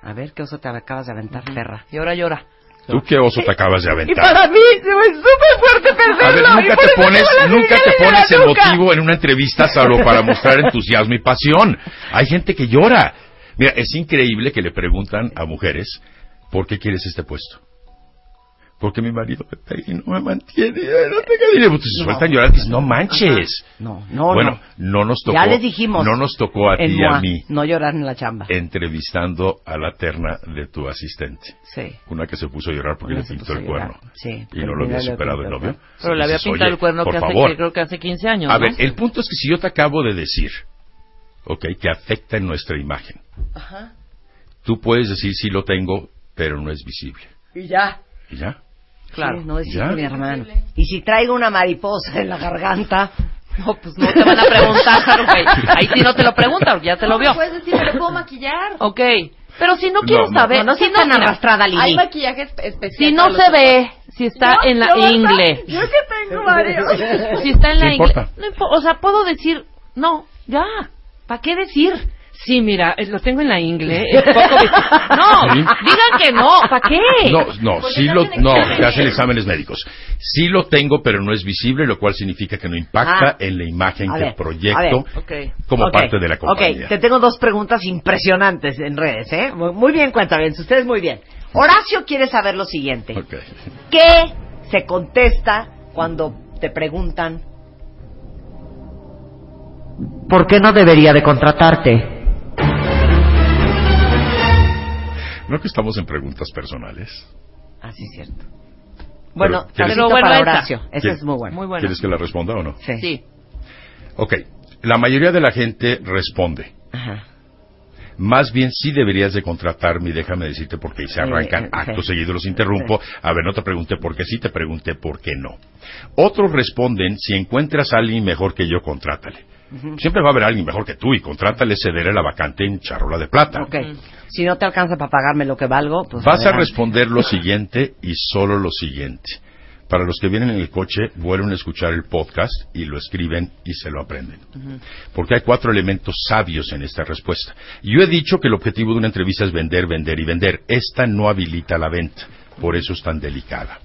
A ver, ¿qué oso te acabas de aventar, perra? Y ahora llora. ¿Tú qué oso te acabas de Y aventar? para mí fue súper fuerte perderlo. A ver, y nunca por te eso pones, tengo la nunca señal te en la pones el nuca. motivo en una entrevista salvo para mostrar entusiasmo y pasión. Hay gente que llora. Mira, es increíble que le preguntan a mujeres, ¿por qué quieres este puesto? Porque mi marido me pega y no me mantiene. Ay, No tengo dinero. Pues se sueltan a llorar. Dices, no manches. No, no, bueno, no. nos tocó. Ya les dijimos. No nos tocó a no. ti y a mí Eh, No llorar en la chamba. entrevistando a la terna de tu asistente. Sí. Una que se puso a llorar porque Una le se pintó puso a el llorar. cuerno. Sí, Y no porque lo mira, había le superado pintó el el novio. cuerno. Pero le había Dices, pintado "Oye, el cuerno por que hace, favor". que creo que hace 15 años. A ¿no? ver, el punto es que si yo te acabo de decir, ok, que afecta en nuestra imagen, tú puedes decir sí lo tengo, pero no es visible. Y ya. ¿Y ya? Claro. Sí, no decirle Ya. a mi hermano. Y si traigo una mariposa en la garganta, No, pues no te van a preguntar, güey. Ahí sí no te lo preguntan, porque ya te lo vio. Puedes decir, me lo puedo maquillar. Ok. Pero si no quieres No, no. saber, No, no si seas tan mira, arrastrada, Lili. Hay maquillaje espe- especial. Si no para los se ojos. ve, si está Yo, en yo, la ¿verdad? ingle, Yo que tengo varios. si está en Sí la ingle, importa. no impo- o sea, puedo decir, no, ya, ¿para qué decir? Sí, mira, eh, lo tengo en la ingle. es poco vis- no, Sí. digan que no, ¿para qué? No, no, Pues sí te lo, hacen no, exámenes. te hacen exámenes médicos. Sí lo tengo, pero no es visible, lo cual significa que no impacta Ah. en la imagen A que ver, proyecto a Ok. como Ok, parte de la compañía. Ok, te tengo dos preguntas impresionantes en redes, ¿eh? Muy, muy bien, cuéntame, ustedes muy bien. Horacio quiere saber lo siguiente. Ok. ¿Qué se contesta cuando te preguntan por qué no debería de contratarte? No que estamos en preguntas personales. Así Ah, es cierto. Bueno, Pero, ¿quieres- pero, bueno, para esa. Horacio, esa ¿Quieres- es muy buena. Muy bueno. ¿Quieres que la responda o no? Sí. Sí. Ok, la mayoría de la gente responde. Ajá. Más bien sí deberías de contratarme y déjame decirte por qué. Y se Sí, arrancan eh, sí. actos seguidos, los interrumpo. A ver, no te pregunté por qué sí, te pregunté por qué no. Otros responden, si encuentras a alguien mejor que yo, contrátale. Siempre va a haber alguien mejor que tú y contrátale, cederé la vacante en charola de plata. Ok. Si no te alcanza para pagarme lo que valgo, pues Vas a adelante. responder lo siguiente y solo lo siguiente. Para los que vienen en el coche, vuelven a escuchar el podcast y lo escriben y se lo aprenden. Porque hay cuatro elementos sabios en esta respuesta. Yo he dicho que el objetivo de una entrevista es vender, vender y vender. Esta no habilita la venta. Por eso es tan delicada.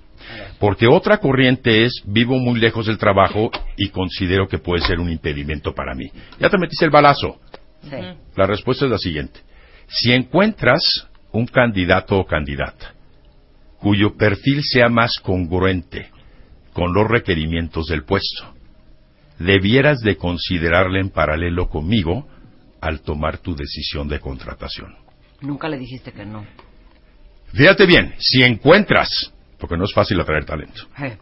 Porque otra corriente es vivo muy lejos del trabajo y considero que puede ser un impedimento para mí. Ya te metiste el balazo. Sí. La respuesta es la siguiente. Si encuentras un candidato o candidata cuyo perfil sea más congruente con los requerimientos del puesto, debieras de considerarle en paralelo conmigo al tomar tu decisión de contratación. Nunca le dijiste que no. Fíjate bien, si encuentras, porque no es fácil atraer talento, Eh,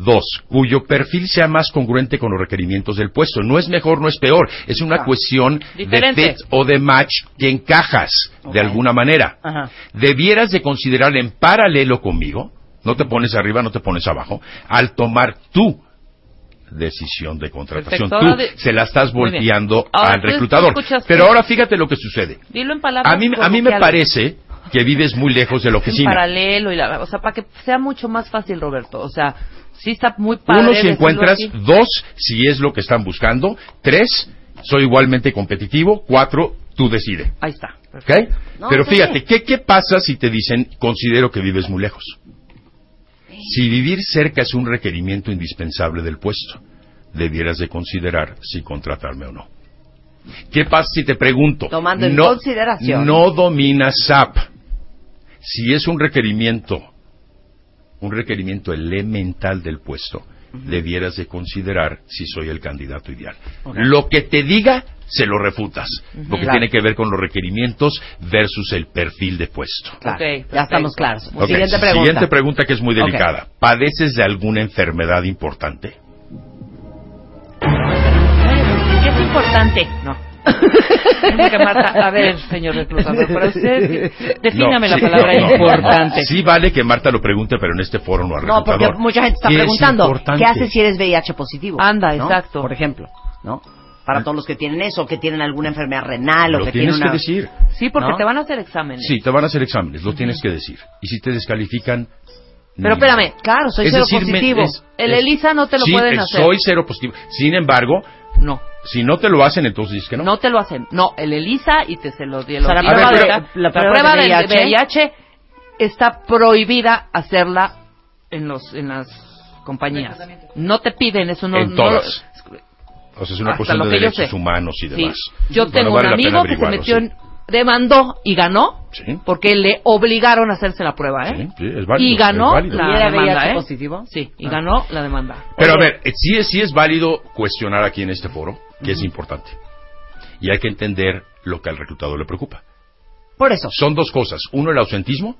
Dos, cuyo perfil sea más congruente con los requerimientos del puesto. No es mejor, no es peor. Es una Ah. cuestión Diferente. de fit o de match que encajas Ok. de alguna manera. Ajá. Debieras de considerar en paralelo conmigo, no te pones arriba, no te pones abajo, al tomar tu decisión de contratación. Perfecto. Ahora Tú de- se la estás Muy bien. volteando Ahora, al tú- tú reclutador. escuchaste- Pero ahora fíjate lo que sucede. Dilo en palabras. A mí, a mí me coloquiales. parece que vives muy lejos de la en oficina. paralelo y la, o sea, para que sea mucho más fácil, Roberto. O sea, sí está muy padre. Uno, si decirlo encuentras. así. Dos, si es lo que están buscando. Tres, soy igualmente competitivo. Cuatro, tú decide. Ahí está. ¿Ok? No, Pero sí. fíjate, ¿qué, ¿qué pasa si te dicen, considero que vives muy lejos? Si vivir cerca es un requerimiento indispensable del puesto, debieras de considerar si contratarme o no. ¿Qué pasa si te pregunto? Tomando en consideración. No dominas SAP. Si es un requerimiento, un requerimiento elemental del puesto, debieras de considerar si soy el candidato ideal. Lo que te diga, se lo refutas, porque Claro. tiene que ver con los requerimientos versus el perfil de puesto. claro. Ok, ya estamos perfecto. claros. Ok, Pues, Siguiente pregunta. siguiente pregunta que es muy delicada. ¿Padeces de alguna enfermedad importante? ¿Qué es importante? No. Dime que Marta, a ver, señor reclutador, para usted, defíname No, la sí, palabra no, no, no. importante. Sí vale que Marta lo pregunte, pero en este foro no al No, porque reclutador. mucha gente está ¿Qué es preguntando, importante? ¿qué haces si eres VIH positivo? Anda, ¿No? exacto. Por ejemplo, ¿no? Para todos los que tienen eso, que tienen alguna enfermedad renal o Lo que tienen Ah. tienes una... que decir. Sí, porque ¿No? te van a hacer exámenes. Sí, te van a hacer exámenes, lo tienes que decir. Y si te descalifican... Pero ni espérame, modo. Claro, soy Es cero decir, me- positivo. es- El es- ELISA no te lo sí, pueden eh, hacer. Soy cero positivo. Sin embargo, No. Si no te lo hacen, entonces dices que no. No te lo hacen. No, el ELISA y te se lo dio. O sea, la dio prueba de- acá. la prueba de VIH. del VIH está prohibida hacerla en los en las compañías. No te piden eso. No, En no- todas. O sea, es una hasta cuestión lo de que yo derechos sé. humanos y Sí. demás. Yo Bueno, tengo vale un la pena amigo que se averiguarlo, metió sí. en... Demandó y ganó Sí. porque le obligaron a hacerse la prueba, ¿eh? Sí, sí, es válido, y ganó es válido. la ¿Y era demanda, VIH ¿eh? positivo? Sí, y Ah. ganó la demanda. Pero a ver, eh, sí, es- sí es válido cuestionar aquí en este foro, que es importante. Y hay que entender lo que al reclutador le preocupa. Por eso. Son dos cosas. Uno, el ausentismo.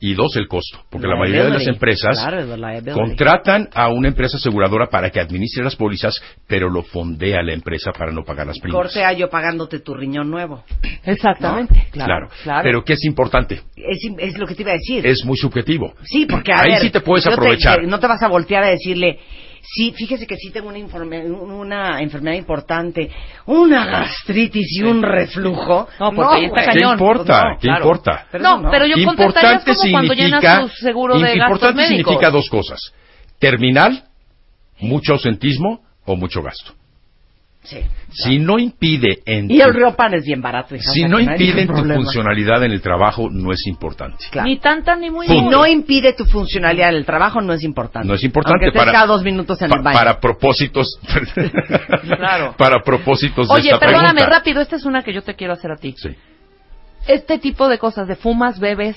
Y dos, el costo. Porque la mayoría de las Liability. empresas Claro, es liability. contratan a una empresa aseguradora para que administre las pólizas, pero lo fondea la empresa para no pagar las primas. Corte a yo pagándote tu riñón nuevo. Exactamente, Claro, claro, claro. Pero ¿qué es importante? Es, es lo que te iba a decir. Es muy subjetivo. Sí, porque a Ahí ver, sí te puedes yo aprovechar. te- no te vas a voltear a decirle, sí, fíjese que sí tengo una, informe- una enfermedad importante, una gastritis y un reflujo. No, porque ahí está güey. ¿Qué cañón. importa? Pues no, ¿Qué claro. importa? Pero no, eso no. pero yo contestaría importante es como cuando significa, llenas tu seguro de gastos importante médicos. significa dos cosas. Terminal, mucho ausentismo o mucho gasto. Sí. Si no impide en Y tu- el riopan es bien barato. hija, o si sea no que hay impide ningún en tu problema. funcionalidad en el trabajo, no es importante. Claro. Ni tanta ni muy Si Punto. no impide tu funcionalidad en el trabajo, no es importante. No es importante Aunque estés para cada dos minutos en pa- el baño. para propósitos Claro. para propósitos de Oye, Pues esta perdóname pregunta. rápido, esta es una que yo te quiero hacer a ti. Sí. Este tipo de cosas, de fumas, bebes,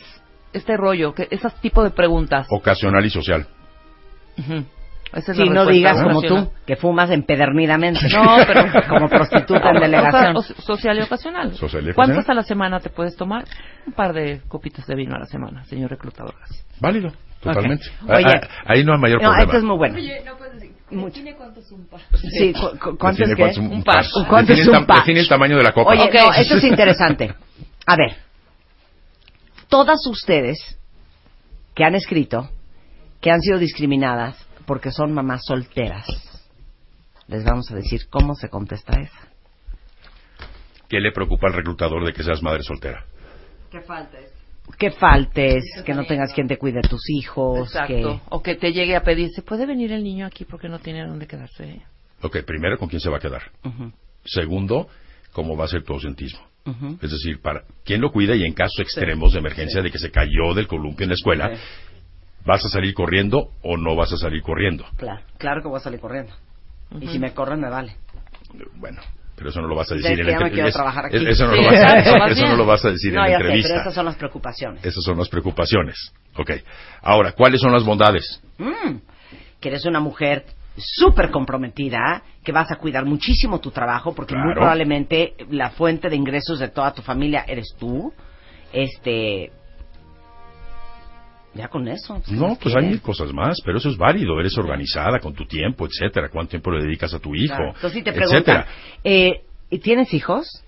este rollo, que esas tipo de preguntas. Ocasional y social. Ujú. Esa es Si la no respuesta Ah. digas como ocasional. tú, que fumas empedernidamente. No, pero- Como prostituta en delegación. O sea, o- social y ocasional. Social y ocasional. ¿Cuántas a la semana te puedes tomar? Un par de copitas de vino a la semana, señor reclutador. Gracias. Válido, totalmente. Ok. Oye. Ah, ah, ahí no hay mayor No, problema. esto es muy bueno. Oye, no puedes decir. Mucho. ¿Tiene cuántos un par? Sí, cu- cu- ¿cuánto Define es cuánto que? es un Un par. par. ¿Cuánto Define es el un tam- par? Define el tamaño de la copa. Oye, Ok. no, esto es interesante. A ver, todas ustedes que han escrito, que han sido discriminadas porque son mamás solteras, les vamos a decir cómo se contesta esa. ¿Qué le preocupa al reclutador de que seas madre soltera? Que faltes. Que faltes, que no tengas quien te cuide a tus hijos, Exacto. que... O que te llegue a pedir, ¿se puede venir el niño aquí porque no tiene dónde quedarse? ¿eh? Ok, primero, ¿con quién se va a quedar? Ujú, Segundo, ¿cómo va a ser tu ausentismo? ujú. Es decir, para quién lo cuida y en casos extremos de emergencia de que se cayó del columpio en la escuela, ¿vas a salir corriendo o no vas a salir corriendo? Claro, claro que voy a salir corriendo. Y si me corren, me vale. Bueno, pero eso no lo vas a Ustedes decir en que la ya me entrevista. quiero trabajar aquí. Es- Eso no Sí, lo vas a- exacto, más eso no bien. lo vas a decir no, en la ya sé, pero entrevista. esas son las preocupaciones. Esas son las preocupaciones. Ok. Ahora, ¿cuáles son las bondades? Mm, que eres una mujer súper comprometida, que vas a cuidar muchísimo tu trabajo, porque muy Claro. probablemente la fuente de ingresos de toda tu familia eres tú. Este. Ya con eso. ¿qué No, más pues hay quieres? mil cosas más, pero eso es válido. Eres organizada con tu tiempo, etcétera. ¿Cuánto tiempo le dedicas a tu hijo? Claro. Entonces, si te preguntan, etcétera. eh, ¿tienes hijos?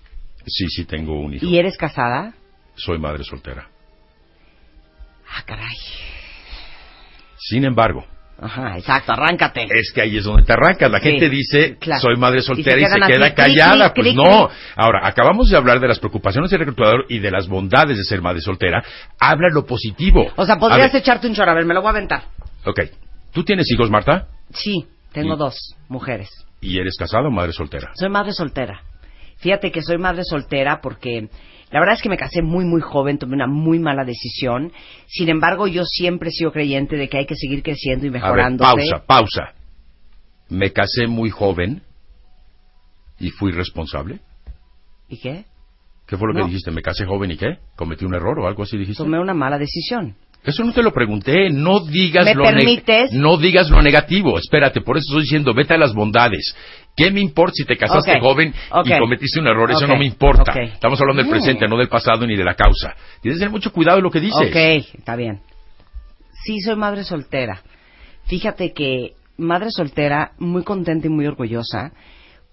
Sí, sí, tengo un hijo. ¿Y eres casada? Soy madre soltera. Ah, caray. Sin embargo, Ajá, exacto, arráncate. es que ahí es donde te arrancas. La Sí, gente dice, claro. soy madre Y se soltera y se, quedan así, cri, queda callada. cri, pues cri, no. cri. Ahora, acabamos de hablar de las preocupaciones del reclutador y de las bondades de ser madre soltera. Habla lo positivo. O sea, A podrías ver, echarte un chorro. A ver, me lo voy a aventar. Ok. ¿Tú tienes hijos, Marta? Sí, tengo ¿Y? dos mujeres. ¿Y eres casada o madre soltera? Soy madre soltera. Fíjate que soy madre soltera porque la verdad es que me casé muy, muy joven, tomé una muy mala decisión. Sin embargo, yo siempre he sido creyente de que hay que seguir creciendo y A ver, mejorando. pausa, pausa. Me casé muy joven y fui responsable. ¿Y qué? ¿Qué fue lo No. que dijiste? ¿Me casé joven y qué? ¿Cometí un error o algo así dijiste? Tomé una mala decisión. Eso no te lo pregunté. No digas, ¿Me lo ne- permites? no digas lo negativo. Espérate, por eso estoy diciendo, vete a las bondades. ¿Qué me importa si te casaste Ok, joven ok. y cometiste un error? Eso Ok, no me importa. ok. Estamos hablando del Mm. presente, no del pasado ni de la causa. Tienes que tener mucho cuidado en lo que dices. Ok, está bien. Sí, soy madre soltera. Fíjate que madre soltera, muy contenta y muy orgullosa,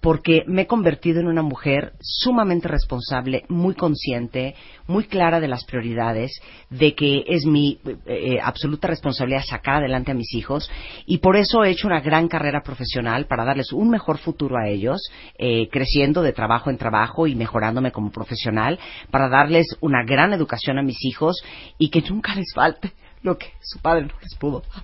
porque me he convertido en una mujer sumamente responsable, muy consciente, muy clara de las prioridades, de que es mi eh, eh, absoluta responsabilidad sacar adelante a mis hijos, y por eso he hecho una gran carrera profesional para darles un mejor futuro a ellos, eh, creciendo de trabajo en trabajo y mejorándome como profesional, para darles una gran educación a mis hijos y que nunca les falte lo que su padre no les pudo dar.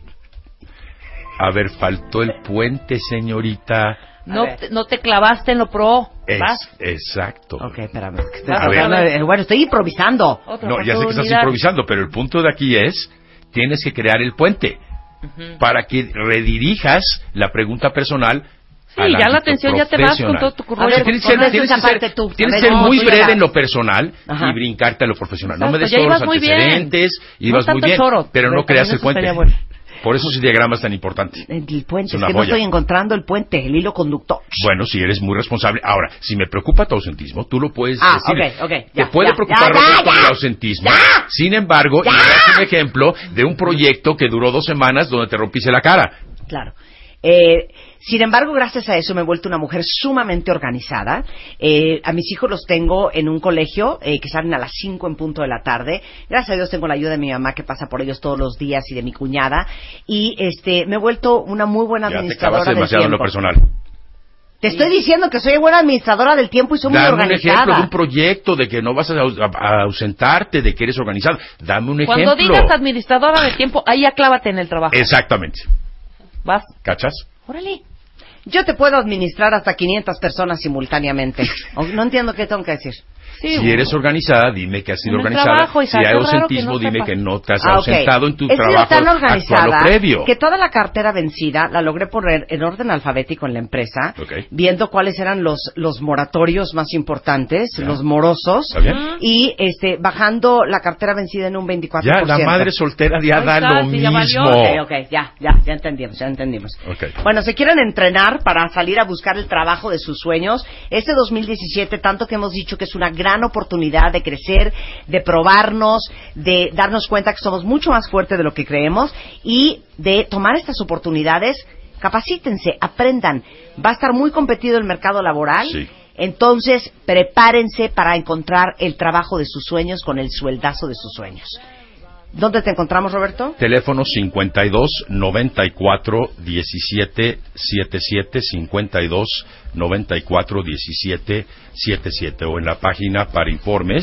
A ver, faltó el puente, señorita. No, ver. te, no te clavaste en lo pro. Es- Vas. exacto. Ok, espérame. es que estoy A tratando ver. de- Bueno, estoy improvisando. Otra No, ya sé que estás oportunidad. improvisando, pero el punto de aquí es, tienes que crear el puente Ujú. para que redirijas la pregunta personal. Sí, al ya la ámbito atención, ya te vas profesional. con todo tu curro. A ver, tienes que contesta ser, tienes esa que ser- parte tú. A tienes que ver, ser no, muy tú ya breve vas. en lo personal Ajá. y brincarte a lo profesional. no me des Exacto, pues ya todos los ibas muy bien. antecedentes y No vas muy tanto bien, choro, pero no pero creas también el eso puente. estaría bueno. Por eso ese diagrama es tan importante. El puente, Es es, una que no joya. estoy encontrando el puente, el hilo conductor. Bueno, si eres muy responsable. Ahora, si me preocupa tu ausentismo, tú lo puedes Ah, decir. ok, ok, Te ya, puede ya, preocupar ya, Roberto, ya, el ya. ausentismo. Sin embargo, y me das un ejemplo de un proyecto que duró dos semanas donde te rompiste la cara. Claro. Eh, sin embargo, gracias a eso me he vuelto una mujer sumamente organizada. Eh, a mis hijos los tengo en un colegio eh, que salen a las 5 en punto de la tarde. Gracias a Dios tengo la ayuda de mi mamá que pasa por ellos todos los días y de mi cuñada. Y este, me he vuelto una muy buena Ya te acabas administradora del demasiado en lo tiempo. personal. Te estoy diciendo que soy buena administradora del tiempo y soy muy Dame un ejemplo de organizada. un proyecto de que no vas a, a- a ausentarte, de que eres organizado. Dame un Cuando ejemplo. digas administradora de tiempo, ahí ya clávate en el trabajo. Exactamente. Vas. ¿Cachas? Órale. Yo te puedo administrar hasta 500 personas simultáneamente. O- No entiendo qué tengo que decir. Sí, si bueno. eres organizada, dime que has sido En el organizada. trabajo, hija, si hay qué raro ausentismo, que no dime sepas. que no te has Ah, ok. ausentado en tu He sido trabajo tan actual organizada o previo. que toda la cartera vencida la logré poner en orden alfabético en la empresa, Ok. viendo cuáles eran los, los moratorios más importantes, Ya. los morosos, ¿Está bien? y este bajando la cartera vencida en un 24%. Ya, la madre soltera ya Ahí da está, lo sí, ya valió. mismo. Ok, Eh, ok, ya, ya, ya entendimos, ya entendimos. Oh. Ok. Bueno, se quieren entrenar para salir a buscar el trabajo de sus sueños. Este 2017, tanto que hemos dicho que es una gran oportunidad de crecer, de probarnos, de darnos cuenta que somos mucho más fuertes de lo que creemos y de tomar estas oportunidades. Capacítense, aprendan. Va a estar muy competido el mercado laboral. Sí. Entonces, prepárense para encontrar el trabajo de sus sueños con el sueldazo de sus sueños. ¿Dónde te encontramos, Roberto? Teléfono 52 94 17 77 52 94 17 77 o en la página para informes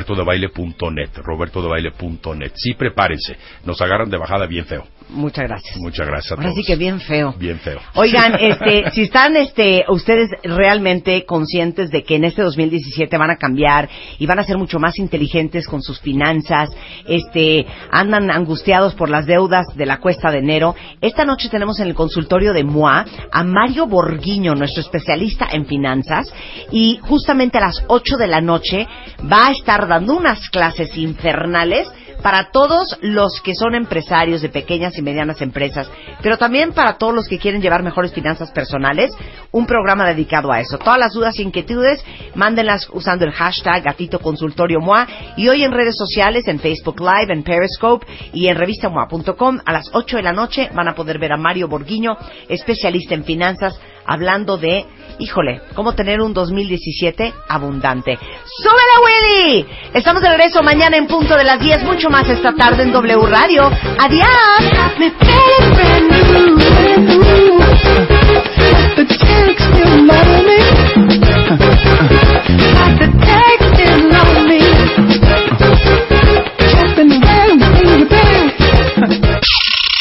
robertodebaile.net robertodebaile.net sí prepárense nos agarran de bajada bien feo Muchas gracias. muchas gracias a Ahora sí todos. que bien feo. bien feo Oigan, este, si están este, ustedes realmente conscientes de que en este 2017 van a cambiar y van a ser mucho más inteligentes con sus finanzas, este, andan angustiados por las deudas de la cuesta de enero, esta noche tenemos en el consultorio de MOA a Mario Borguiño, nuestro especialista en finanzas, y justamente a las 8 de la noche va a estar dando unas clases infernales para todos los que son empresarios de pequeñas y medianas empresas, pero también para todos los que quieren llevar mejores finanzas personales, un programa dedicado a eso. Todas las dudas e inquietudes, mándenlas usando el hashtag Gatito Consultorio MOA y hoy en redes sociales, en Facebook Live, en Periscope y en revistamoa.com a las 8 de la noche van a poder ver a Mario Borguiño, especialista en finanzas, hablando de, híjole, cómo tener un 2017 abundante. ¡Súbele, Willy! Estamos de regreso mañana en punto de las 10, mucho más esta tarde en W Radio. ¡Adiós! Me better brand new, brand new. The text you love me. Like the text you love me. Jumping around in your bed.